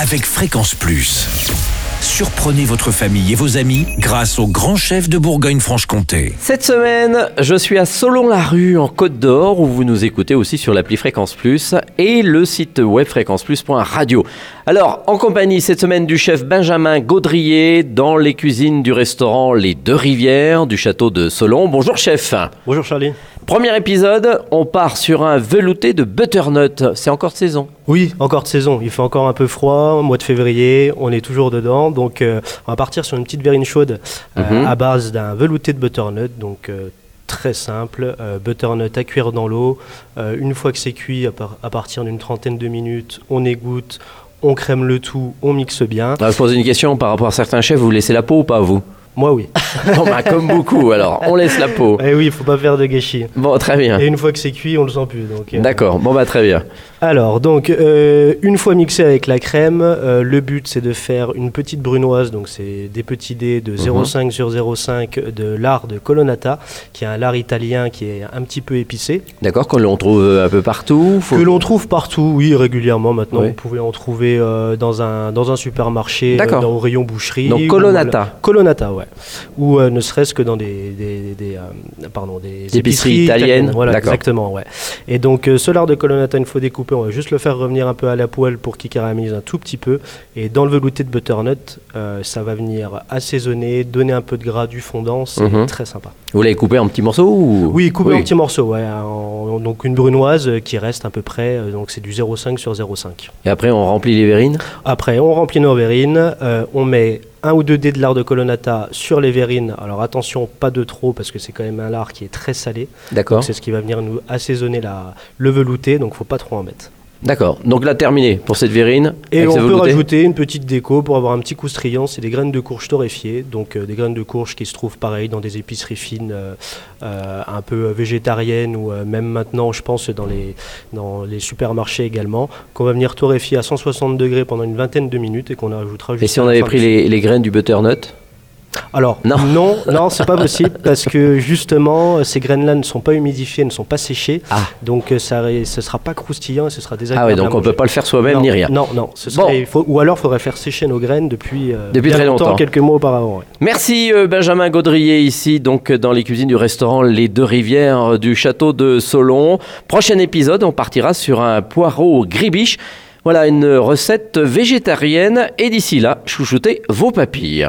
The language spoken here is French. avec Fréquence Plus. Surprenez votre famille et vos amis grâce au grand chef de Bourgogne-Franche-Comté. Cette semaine, je suis à Solon-la-Rue en Côte d'Or où vous nous écoutez aussi sur l'appli Fréquence Plus et le site web fréquenceplus.radio. Alors, en compagnie cette semaine du chef Benjamin Gaudrier dans les cuisines du restaurant Les Deux Rivières du château de Solon. Bonjour chef. Bonjour Charlie. Premier épisode, on part sur un velouté de butternut. C'est encore de saison. Oui, encore de saison. Il fait encore un peu froid, au mois de février, on est toujours dedans. Donc euh, on va partir sur une petite verrine chaude euh, Mhm. à base d'un velouté de butternut. Donc euh, très simple, euh, butternut à cuire dans l'eau. Euh, une fois que c'est cuit, à, par- à partir d'une trentaine de minutes, on égoutte, on crème le tout, on mixe bien. Ah, je pose une question par rapport à certains chefs, vous laissez la peau ou pas vous Moi oui. Bon, bah, Comme beaucoup, alors on laisse la peau. Eh oui, il faut pas faire de gâchis. Bon, très bien. Et une fois que c'est cuit, on le sent plus. Donc, euh, Ah. D'accord, bon bah très bien. Alors, donc, euh, une fois mixé avec la crème, euh, le but c'est de faire une petite brunoise, donc c'est des petits dés de 0,5 sur 0,5 de lard de Colonnata, qui est un lard italien qui est un petit peu épicé, D'accord, qu'on l'on trouve euh, un peu partout. faut- que l'on trouve partout, oui, régulièrement maintenant. Oui. Vous pouvez en trouver euh, dans, un, dans un supermarché, euh, D'accord. dans, au rayon boucherie. Donc, ou- Colonnata. Colonnata, ouais. Ou euh, ne serait-ce que dans des, des, des, euh, pardon, des Des épiceries italiennes, Voilà, d'accord. exactement, ouais. Et donc, euh, ce lard de colonnata, une fois découpé, on va juste le faire revenir un peu à la poêle pour qu'il caramélise un tout petit peu. Et dans le velouté de butternut, euh, ça va venir assaisonner, donner un peu de gras du fondant. C'est Mhm. très sympa. Vous l'avez coupé en petits morceaux ou... Oui, couper en petits morceaux, ouais. en- en- donc, une brunoise euh, qui reste à peu près, euh, donc c'est du 0,5 sur 0,5. Et après, on remplit les verrines. Après, on remplit nos verrines, euh, on met un ou deux dés de lard de colonnata sur les verrines. Alors attention, pas de trop, parce que c'est quand même un lard qui est très salé. D'accord. Donc c'est ce qui va venir nous assaisonner la, le velouté, donc faut pas trop en mettre. D'accord. Donc là, terminé pour cette verrine. Et avec on sa peut velouté. rajouter une petite déco pour avoir un petit croustillant, c'est des graines de courge torréfiées, donc euh, des graines de courge qui se trouvent pareil dans des épiceries fines, euh, euh, un peu euh, végétariennes ou euh, même maintenant je pense dans les, dans les supermarchés également, qu'on va venir torréfier à 160 degrés pendant une vingtaine de minutes et qu'on ajoutera juste Et si à on la avait fin pris du- les, les graines du butternut Alors, Non. non, non, c'est pas possible parce que justement, euh, ces graines-là ne sont pas humidifiées, ne sont pas séchées. Ah. Donc, euh, ça, ré- ce sera pas croustillant et ce sera Ah désagréable. ouais, donc on peut pas le faire soi-même non, ni rien. Non, non. ce Bon. serait- il faut- ou alors, il faudrait faire sécher nos graines depuis, euh, Depuis bien très longtemps. quelques mois auparavant. ouais. Merci euh, Benjamin Gaudrier ici, donc euh, dans les cuisines du restaurant Les Deux Rivières euh, du château de Solon. Prochain épisode, on partira sur un poireau gribiche. Voilà une recette végétarienne. Et d'ici là, chouchoutez vos papilles.